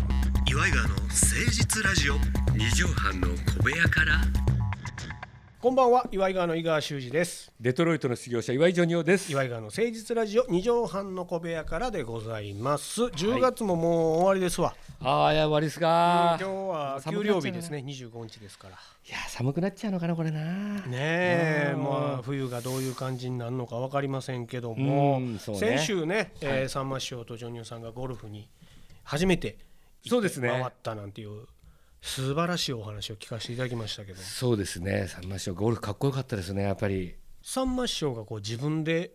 イガーの誠実ラジオ二畳半の小部屋からこんばんは岩井川の井川修司ですデトロイトの失業者岩井ジョニオです岩井川の誠実ラジオ二畳半の小部屋からでございます10月ももう終わりですわ、ああやわりっすか今日寒くなは給っちゃう料な日ですね25日ですからいや寒くなっちゃうのかなこれなねえうんまあ冬がどういう感じになるのかわかりませんけどうも、んそうね先週ね、えー、さんま師匠とジョニオさんがゴルフに初めてそうですね回ったなんていう素晴らしいお話を聞かせていただきましたけどそうですねさんま師匠ゴルフかっこよかったですねやっぱりさんま師匠がこう自分で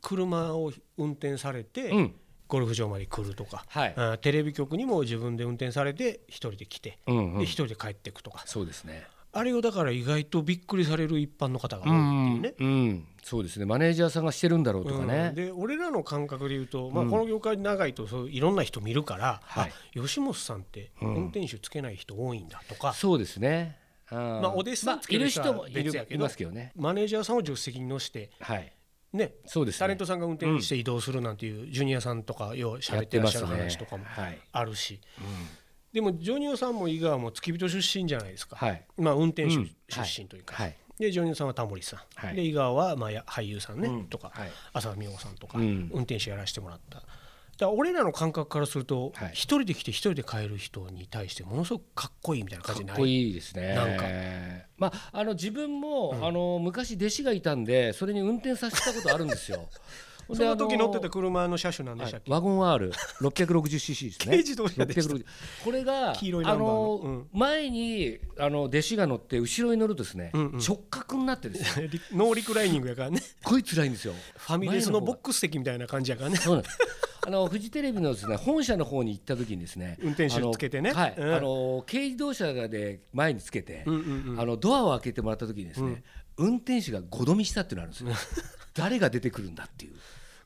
車を運転されて、うんゴルフ場まで来るとか、はいあーテレビ局にも自分で運転されて一人で来て、うんうんで一人で帰っていくとかそうですねあれをだから意外とびっくりされる一般の方が多ういんっていうね。うんそうですねマネージャーさんがしてるんだろうとかうんねで俺らの感覚で言うと、まあ、この業界長いとそういろんな人見るから、はいあ吉本さんって運転手つけない人多いんだとか、そうですねままあお弟子さんつける人はる別やけどいますけどねマネージャーさんを助手席に乗せて、はいね、そうですねタレントさんが運転して移動するなんていうジュニアさんとかよう喋ってらっしゃるやってます話ねとかもはいあるし、でもジョニオさんも井川も付き人出身じゃないですか、はいまあ、運転手うん出身というか、はいはいでジョニオさんはタモリさん、はいで井川はまあや俳優さんね、うんとか、はい浅田美桜さんとか、うん運転手やらせてもらった。だから俺らの感覚からするとはい一人で来て一人で帰る人に対してものすごくかっこいいみたいな感かじっになこいいいですね。なんかまあ、あの自分も、あの昔弟子がいたんで、それに運転させたことあるんです よ。ほんそでの時乗ってたあ車の車種なんでのはしたっいけ、ワゴン R 660cc です ね。軽自動車でした660これが黄色いナンバーのうん前にあの弟子が乗って後ろに乗るとですね、うんうん直角になってですね、 ノーリクライニングやからねすっごい辛いんですよ。ファミレスのボッ前クス席みたいな感じやからね方がそうなんです。あのフジテレビのですね本社の方に行った時にですね、運転手あのつけてねはい、うんあの軽自動車で前につけて、うんうんあのドアを開けてもらった時にですね、運転手が5度見したっていうのあるんですよ 誰が出てくるんだっていう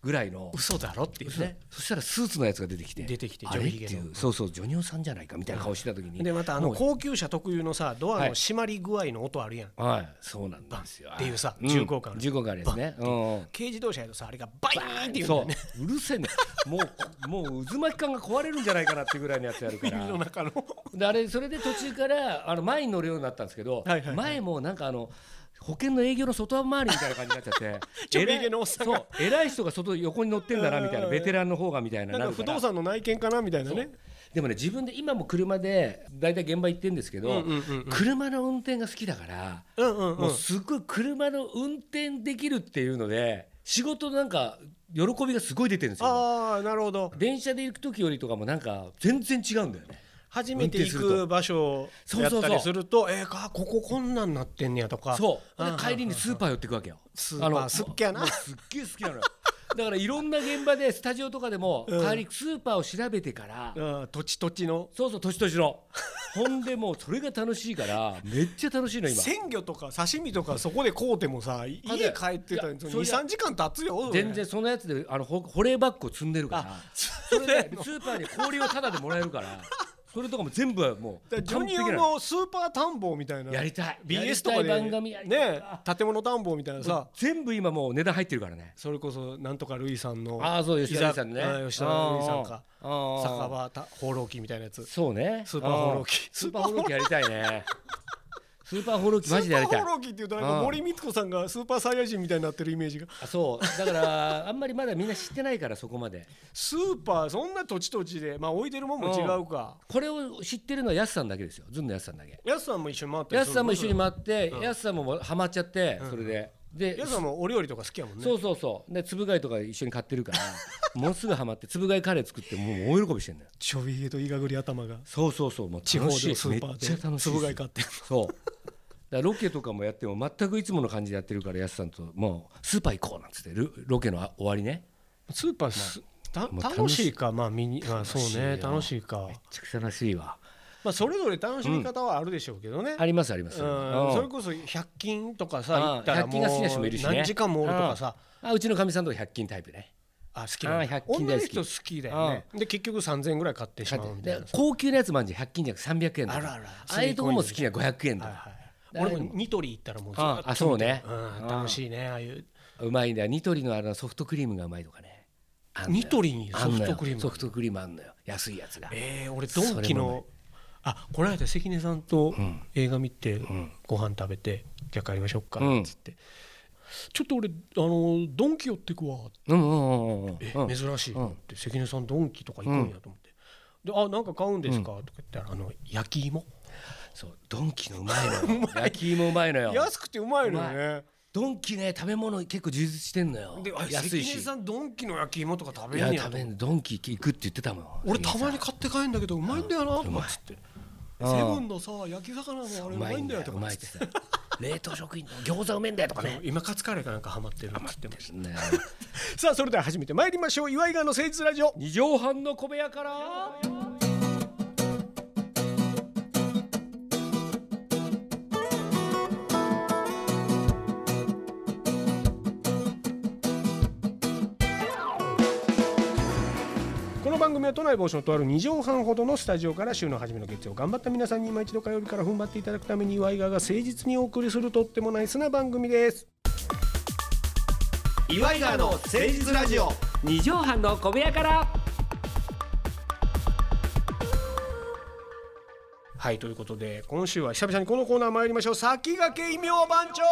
ぐらいの嘘だろっていうねそしたらスーツのやつが出てきて出てきてあれっジョニてーヒゲいのうそうそうジョニオさんじゃないかみたいな顔してた時にでまたあのも高級車特有のさドアはのい閉まり具合の音あるやん、うはいそうなんですよバンっていうさん重厚感ある重厚感ありますねうんうん軽自動車やとさあれがバイーンっていうんだそよねううるせえねもうもう渦巻き感が壊れるんじゃないかなっていうぐらいのやつやるか耳 らの中のであれそれで途中からあの前に乗るようになったんですけど、はいはいはい前もなんかあの保険の営業の外回りみたいな感じになっちゃって ちょびひげのおっさんがそう偉い人が外横に乗ってんだなみたいなベテランの方がみたいななんなかるか不ら動産の内見かなみたいなねでもね自分で今も車で大体現場行ってるんですけど、うんうんうんうん車の運転が好きだから、うんうんうもうんすごい車の運転できるっていうので仕事なんか喜びがすごい出てるんですよ。ああなるほど電車で行く時よりとかもなんか全然違うんだよね。初めて運転す行るとく場所をやったりするとええかこここんなんなってんねやとかそうあで帰りにスーパー寄ってくわけよスーパーあのすっげえなもう すっげえ好きなのよだからいろんな現場でスタジオとかでもうん帰りスーパーを調べてから、うん土地土地のそうそう年々のほんでもうそれが楽しいからめっちゃ楽しいの今鮮魚とか刺身とかそこで買うてもさ家あ帰でってたらいやそりゃ23時間経つよ全然そのやつであのほ保冷バッグを積んでるからそれでスーパーに氷をタダでもらえるからそれとかも全部はもだからうジョニなオののスーパー田んぼみたいなやりたい BS とかでやりたい番組やりたいね建物田んぼみたいなさ全部今もう値段入ってるからねそれこそなんとかルイさんのああそう吉田類さんねあー吉田類さんかあー酒場た放浪記みたいなやつそうね。スーパーホローキうんスーパーホローキやりたいね。 スーパーホローキマジでやりたスいーパー。放浪記っていうとなんかうん森光子さんがスーパーサイヤ人みたいになってるイメージがあそうだからあんまりまだみんな知ってないからそこまでスーパーそんな土地土地でまあ置いてるもんも違うかこれを知ってるのはヤスさんだけですよずんのヤスさんだけやすさんも一緒に回ってヤスさんも一緒に回回ってヤスさんももうハマっちゃってそれででやすさんもお料理とか好きやもんねそうそうそうでつぶ貝とか一緒に買ってるから もうすぐハマってつぶ貝カレー作ってもう大喜びしてんだよちょびひげといがぐり頭がそうそうそうもう地方楽でしいスーパめっちゃ楽しいーでですつぶ貝買っ てそう。だからロケとかもやっても全くいつもの感じでやってるからやすさんともうスーパー行こうなんつってルロケのあ終わりねスーパーす、たまあ楽しいかまあ見にまあそうね楽楽しいかめちゃくちゃらしいわまあそれぞれ楽しみ方はあるでしょうけどね、うんありますありますそれあこそ100均とかあさ行ったら100も均が好きな人もいるうしね何時間もおるとかさあうちのかみさんとか100均タイプねあ好きなあんだ100均大好き女の人好きだよねで結局3000円ぐらい買ってしまうみたいでなさ高級なやつもあるじゃん100均じゃなくて300円だあかららあらあいうとこも好きな500円だはからいはい俺もニトリ行ったらもうずっとああそうねうん楽しいねああいううまいんだよニトリのあのソフトクリームがうまいとかねあんのよニトリにソフトクリあんのームよソフトクリームあんのよ安いやつがえー俺ドンキのあこの間関根さんとん映画見てんご飯食べて逆やりましょうかうんっつって、ちょっと俺あのドンキ寄ってくわうんうんうんうんえ、うん珍しい、うんって関根さんドンキとか行くんやと思って、であなんか買うんですか、とか言ったらあの焼き芋そうドンキのうま いのよ焼き芋うまいのよくてうまいのよねドンキね食べ物結構充実してんのよであ安い関根しさんドンキの焼き芋とか食いべんやねや食べんドンキ行くって言ってたもん俺たまに買って帰んだけどうまいんだよなうとまいかっつってセうんブンのさ焼き魚のあれううままいいんんだだよよとうかまっいっつっててさ 冷凍食品の餃子うめえんだよとかね今カツカレーかなんかハマってるっつってましねたさあそれでは始めてまいりましょう岩井川の誠実ラジオ二畳半の小部屋からこの番組は都内某所のとある2畳半ほどのスタジオから週の初めの月曜頑張った皆さんに今一度火曜日から踏ん張っていただくために岩井川が誠実にお送りするとってもナイスな番組です岩井川の誠実ラジオ二畳半の小部屋からはいということで今週は久々にこのコーナー参りましょう先駆け異名番長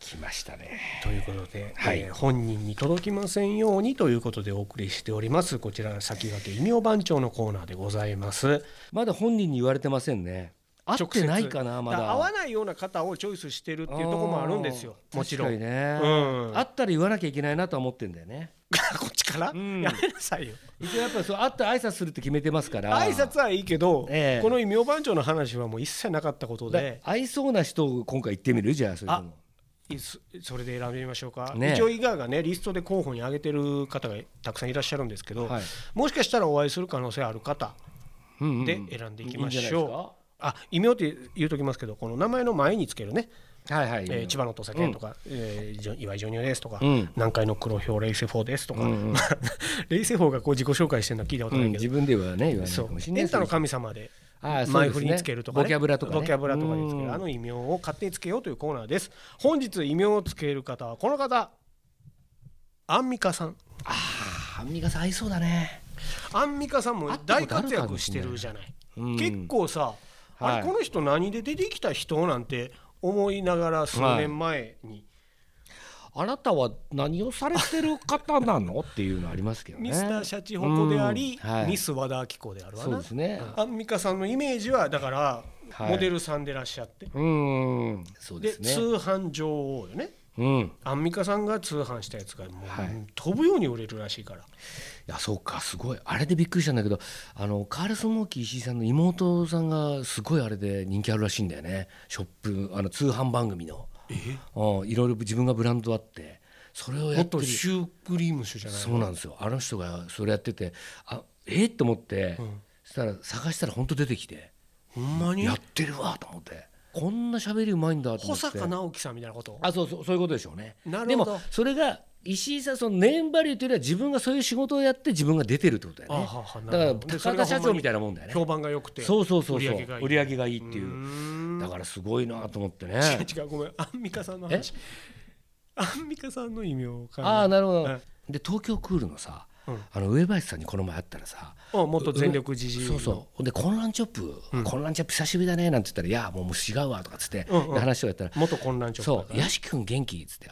来ましたねということで、はいえー本人に届きませんようにということでお送りしておりますこちら先駆け異名番長のコーナーでございますまだ本人に言われてませんね会ってないかなま直接だ合わないような方をチョイスしてるっていうところもあるんですよあーもちろん、確かにね、うんあったら言わなきゃいけないなとは思ってんだよね こっちから、んやめなさいよ一応やっぱりそう会ったら挨拶するって決めてますから挨拶はいいけど、ええこの異名番長の話はもう一切なかったことだで合いそうな人を今回行ってみるじゃあそれともいそそれで選びましょうか、ね一応伊賀がねリストで候補に挙げてる方がたくさんいらっしゃるんですけど、はいもしかしたらお会いする可能性ある方うんうんうんで選んでいきましいいんじゃないですょう。あ異名って言うときますけどこの名前の前につけるね、かはいはい、えー千葉の土佐犬とか、えージョ岩井ジョニオですとか、うん南海の黒豹レイセフォーですとか、うんうんレイセフォーがこう自己紹介してるのは聞いたことうないん、けど、自分ではね言わないかそうもしれないエンタのそれ神様でああそうですね前振りにつけるとか、ね、ボキャブラとかねボキャブラとかにつけうんるあの異名を勝手につけようというコーナーです本日異名をつける方はこの方アンミカさんあアンミカさん合いそうだねアンミカさんも会った大ことあ活るかも躍ししれてないるじゃない、うん結構さ、はいあれこの人何で出てきた人なんて思いながら数年前に、あなたは何をされてる方なのっていうのありますけどね ミスターシャチホコであり、うんはいミス和田アキ子であるわなそうですねアンミカさんのイメージはだから、はいモデルさんでらっしゃってうんそうでです通ね販女王よねうんいアンミカさんが通販したやつがもう、はい飛ぶように売れるらしいからやそうかすごいあれでびっくりしたんだけどあのカール・スモーキー石井さんの妹さんがすごいあれで人気あるらしいんだよねショップあの通販番組のうんいろいろ自分がブランドあってそれをやって元るシュークリーム種じゃないそうなんですよあの人がそれやっててあえっ、と思って、そしたら探したら本当出てきてほんまにやってるわと思ってこんな喋りうまいんだと思保って坂直樹さんみたいなことあそうそうそういうことでしょうねなでるほどもそれが石井さんそのネームバリューというよりは自分がそういう仕事をやって自分が出てるってことだよあねははなだからるほどでそ高田れが社ほんま長にみたいなもんだよね評判が良くてそうそうそうそう売り上げがいい売り上げがいいっていううーん だからすごいなと思ってね違う違うごめんアンミカさんの話アンミカさんの異名を考えああなるほどはいで東京クールのさうんあの上林さんにこの前会ったらさあ元全力じじいそうそうで「コンランチョップ、コンランチョップ久しぶりだね」なんて言ったら「いやもうもう違うわ」とかっつって、うんうんで話をやったら「元混乱長そう屋敷君元気」っつって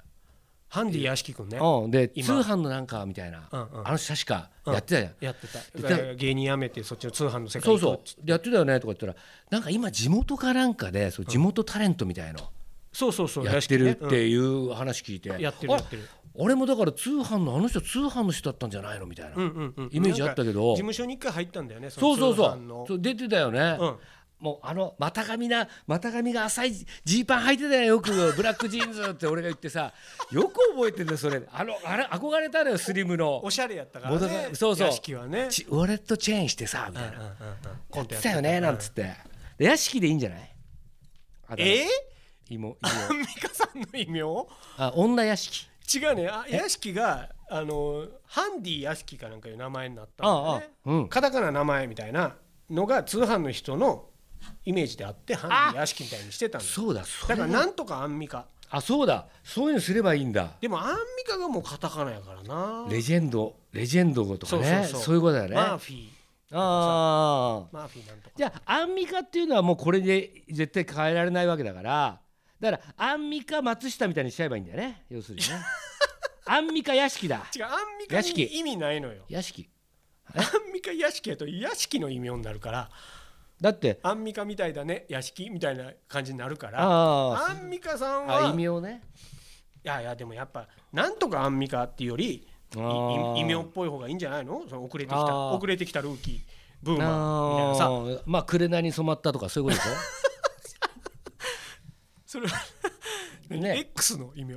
ハンディ屋敷くん「ねうん、で通今販のなんか」みたいな、うんうんあの人確かやってたじゃん。やってたでだから芸人辞めてそっちの通販の世界そう行そうくやってたよねとか言ったらなんか今地元かなんかでそう地元タレントみたいのそうそうそうやってるっ屋敷ねていう話聞いて、うんやってるあやってる俺もだから通販のあの人通販の人だったんじゃないのみたいな、うんうんうんイメージあったけど事務所に一回入ったんだよねそうそうその通販うのそう出てたよね、うんもうあの股上な股上が浅いジーパン履いてたよよ くブラックジーンズって俺が言ってさよく覚えてんだよそれあのあれ憧れたのよスリムのおしゃれやったかボらねタンそうそう屋敷はねちウォレットチェーンしてさみたいなうんうんうんコン「トやしたよね」なんつってで屋敷でいいんじゃないあだ名え芋芋ーアンミカさんの異名あ女屋敷違うねあ屋敷があのハンディ屋敷かなんかいう名前になったんだよねあああうんカタカナ名前みたいなのが通販の人のイメージであってハンディ屋敷みたいにしてたんだよそうだそだれからなんとかアンミカあそうだそういうのすればいいんだでもアンミカがもうカタカナやからなレジェンドレジェンドとかそうねそうそうそういうことだよね、マーフィーああマーフィーなんとかじゃあアンミカっていうのはもうこれで絶対変えられないわけだからだからアンミカ松下みたいにしちゃえばいいんだよね要す るにねアンミカ屋敷だ違うアンミカ屋敷に意味ないのよ屋敷アンミカ屋敷やと屋敷の異名になるからだってアンミカみたいだね屋敷みたいな感じになるからあアンミカさんあはあ異名ねいやいやでもやっぱなんとかアンミカっていうよりいあーい異名っぽい方がいいんじゃないのその遅れてきあたー遅れてきたルーキーブーマーみたいなあさあまあ紅に染まったとかそういうことでし ょそれは何ね X の異名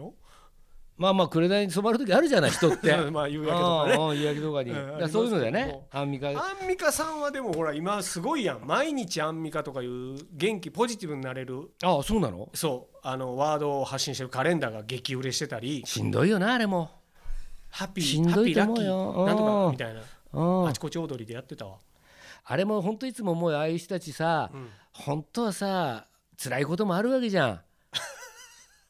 まあまあ紅に染まる時あるじゃない人っ てまあ夕焼けとかねああ夕焼けとかに、うんだかありまらすそういうのだよけどねもアンミカアンミカさんはでもほら今すごいやん毎日アンミカとかいう元気ポジティブになれるああそうなのそうあのワードを発信してるカレンダーが激売れしてたりしんどいよなあれもハッピしーんハッどピいーとラッ思キうよーなんとうかんみたいなうんあちこち踊りでやってたわあれも本当いつも思うよああいう人たちさ、うん本当はさ辛いこともあるわけじ ゃん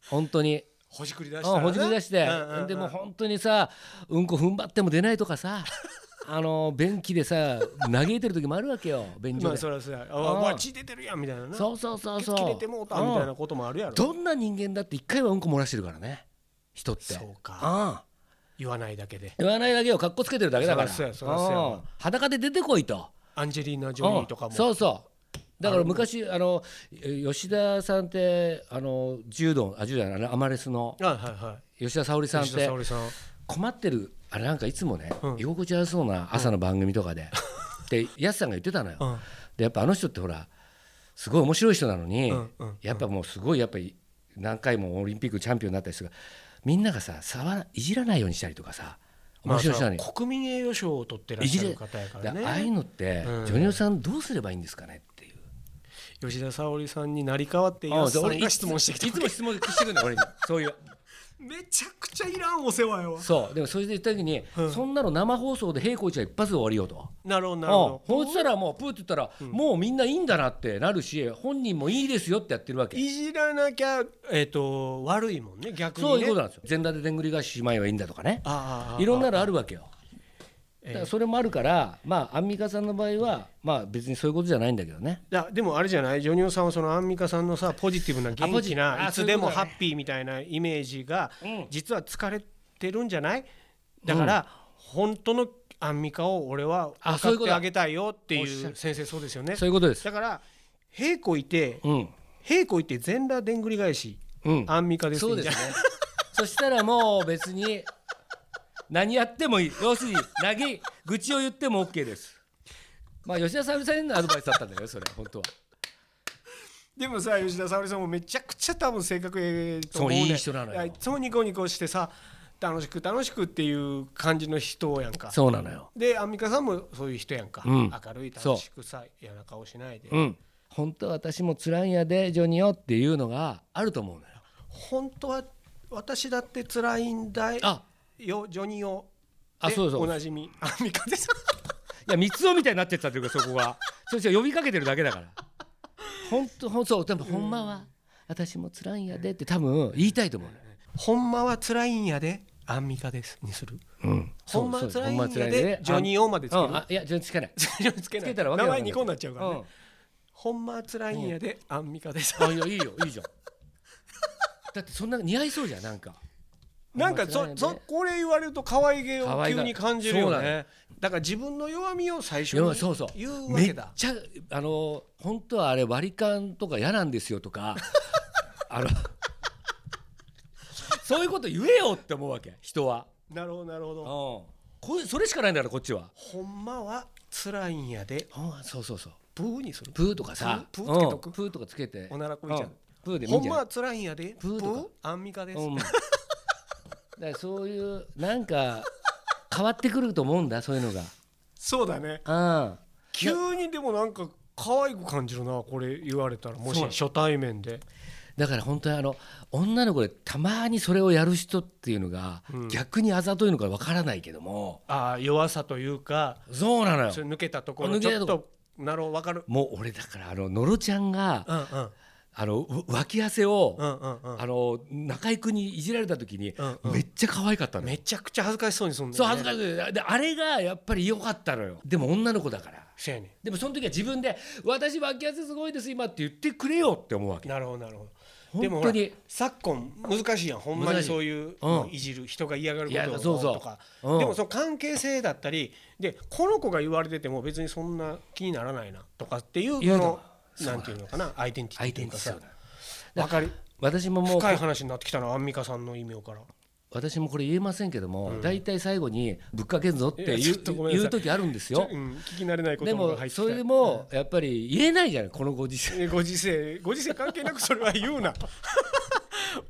本当にほじくり出したうらんねほじくり出して、うんうんうんでもう本当にさうんこ踏ん張っても出ないとか さあの便器でさ嘆いてる時もあるわけよ便所まあで、そりゃそうやあうんわ血出てるやんみたいななそうそうそうそうケツ切れてもうたみたいなこともあるやうんろどんな人間だって一回はうんこ漏らしてるからね人ってそうかああ言わないだけで言わないだけよかっこつけてるだけだからそらそうやそらそうやわうん裸で出てこいと。アンジェリーナ・ジョリーとかうもんそうそうだから昔あのえ吉田さんってあの柔道あ柔道じゃないあのアマレスのはいはいはい吉田沙保里さんっ吉田て沙保里さん困ってるあれなんかいつもね、うん居心地悪そうな朝の番組とかで、でやすさんが言ってたのよ、うんでやっぱあの人ってほらすごい面白い人なのに、うんうんやっぱもうすごいやっぱり何回もオリンピックチャンピオンになったりするからみんながさ触らいじらないようにしたりとかさ面白い人なのに、まあ国民栄誉賞を取ってらっしゃる方やかだらからああいうねのって、うんジョニオさんどうすればいいんですかねっていう。吉田沙保里さんに成り代わってあ安じゃあさんがいつ質問してきたいつも質問してくるんだよ俺にそういうめちゃくちゃいらんお世話よそうでもそれで言った時に、そんなの生放送で平行一は一発で終わりよと。なるほどうなんるほほんしたらもうプーって言ったら、もうみんないいんだなってなるし本人もいいですよってやってるわどけいじらなきゃえっと悪いもんね逆にねそういうことなんですよ全裸ででんぐり返ししまえばいいんだとかねああああいろんなのあるわけよえだえからそれもあるからまあアンミカさんの場合はまあ別にそういうことじゃないんだけどねいやでもあれじゃないジョニオさんはそのアンミカさんのさポジティブな元ポジ気ティブなあいつでそもういうことハだねッピーみたいなイメージがうん実は疲れてるんじゃないだから本当のアンミカを俺はあ分そういかっうことてだあげたいよっていおっしゃうる先生そうですよねそういうことですだから平子いてうん平子いて全裸でんぐり返しうんアンミカですそうみですたいねなそしたらもう別に何やってもいい要するに投げ愚痴を言っても OK ですまあ吉田沙保里さんへのアドバイスだったんだよねそれ本当はでもさ吉田沙保里さんもめちゃくちゃ多分性格ええと思うねそういい人なのよいつもニコニコしてさ楽しく楽しくっていう感じの人やんかそうなのよでアンミカさんもそういう人やんか、うん明るい楽しくさ嫌な顔しないで、うん本当は私も辛いんやでジョニオっていうのがあると思うのよ本当は私だって辛いんだあよジョニオあでそうそうおなじみアンミカですいや三つみたいになってったというかそこはそして呼びかけてるだけだから本当本当そうでもほんまは私も辛いんやでって多分言いたいと思うのよほんまは辛いんやでアンミカですにするうんほんまは辛いんやでジョニオオまでつける、うんあいやジョニオつけ ないつけないつけたらわけ名わかんな前い2個になっちゃうからね、うんほんまは辛いんやでアンミカです、あいやいいよいいじゃんだってそんな似合いそうじゃんなんかなんかほそんま辛いんやそでこれ言われると可愛げ可を愛急がに感じるよそうなのねだから自分の弱みを最初いやにそうそう言うわめけっだちゃあの本当はあれ割り勘とか嫌なんですよとか あのそういうこと言えよって思うわけ人はなるほどなるほうんどこれそれしかないんだからこっちはほんまは辛いんやでうんそうそうそうブーにするプーとかさプープーつけとくうんプーとかつけておならこいちゃうプーでもいいほんんじゃまないは辛いんやでブーとかアンミカです、うん、だからそういうなんか変わってくると思うんだそういうのがそうだねうん急にでもなんか可愛く感じるなこれ言われたらもしそう初対面でだから本当にあの女の子でたまにそれをやる人っていうのが、逆にあざといのかわからないけどもああ弱さというかそうなのよそれ抜けたところ抜ちけょたっとことなるほどわかるもう俺だからあののろちゃんが、うんうんあのう脇汗を、うんうんうんあの中居君にいじられた時に、んうんめっちゃ可愛かったのよめちゃくちゃ恥ずかしそうにすんだそうよね恥ずかしいであれがやっぱり良かったのよでも女の子だからせやねでもその時は自分で「私脇汗すごいです今」って言ってくれよって思うわんけなるほどなる本当ほどにでもほら昨今難しいやんほんまにそういううんいじる人が嫌がるいやことそうそうとかうんでもその関係性だったりでこの子が言われてても別にそんな気にならないなとかっていうこいやのそうなんていうのかなアイデンティティというかアさイデンティテわかり私ももう深い話になってきたなアンミカさんの異名から私もこれ言えませんけども大体、最後に「ぶっかけんぞ」っていや言ちょっとごうめんな言さうい時あるんですよちょ。うん聞き慣れないことでの方がも入ってきそたれでもやっぱり言えないじゃないこのご時世えご時世ご時世関係なくそれは言う な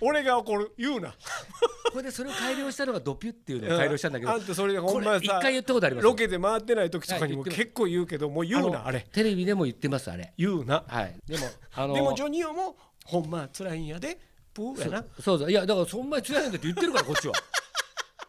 俺が怒る言うなこれでそれを改良したのがドピュっていうのを改良したんだけどあんたそれでほんまこれ一回言ったことありますロケで回ってない時とかにもはい言ってます結構言うけどもう言うのなあれテレビでも言ってますあれ言うなはいでもあのでもジョニオもほんまは辛いんやでプーやなそうそういやだからそんなに辛いんだって言ってるからこっちは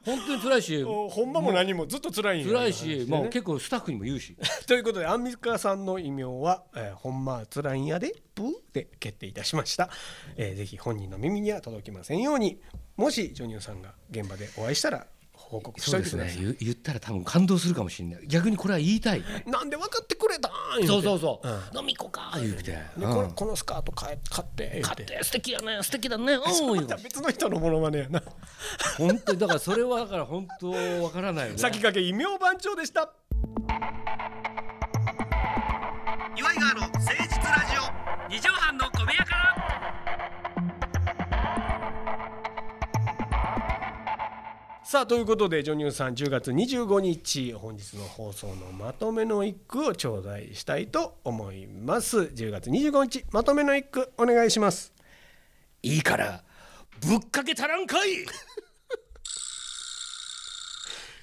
本当に辛いしおほんまも何もずっと辛いんや辛いし、まあ、ね結構スタッフにも言うしということでアンミカさんの異名は、えーほんまは辛いんやでプーで決定いたしました、えーぜひ本人の耳には届きませんようにもしジョニオさんが現場でお会いしたら報告しそとういでてすくだねさい、言言ったら多分感動するかもしれない逆にこれは言いたいなんで分かってくれたん言てそうそうそう、ん飲み子か言うて、でこのこのスカート買え買って言う買って素敵やね素敵だねうん言うかまたら別の人のモノマネやな本当にだからそれはだから本当わからないよね先駆け異名番長でした岩井川の誠実ラジオ二畳半の小部屋からさあということでジョニューさん10月25日本日の放送のまとめの一句を頂戴したいと思います10月25日まとめの一句お願いしますいいからぶっかけたらんかい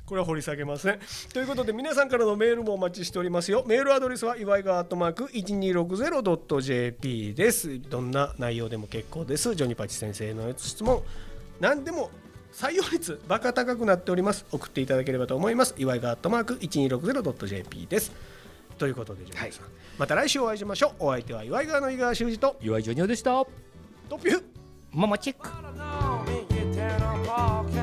これは掘り下げませんということで皆さんからのメールもお待ちしておりますよメールアドレスは祝いがアットマーク 1260.jp ですどんな内容でも結構ですジョニパチ先生の質問何でも採用率バカ高くなっております送っていただければと思います祝いがアットマーク 1260.jp ですということでジョニさん、また来週お会いしましょうお相手は祝いがの井川修司と岩井ジョニオでしたトッピューママチェック Let 'em know, ain't you ten o'clock?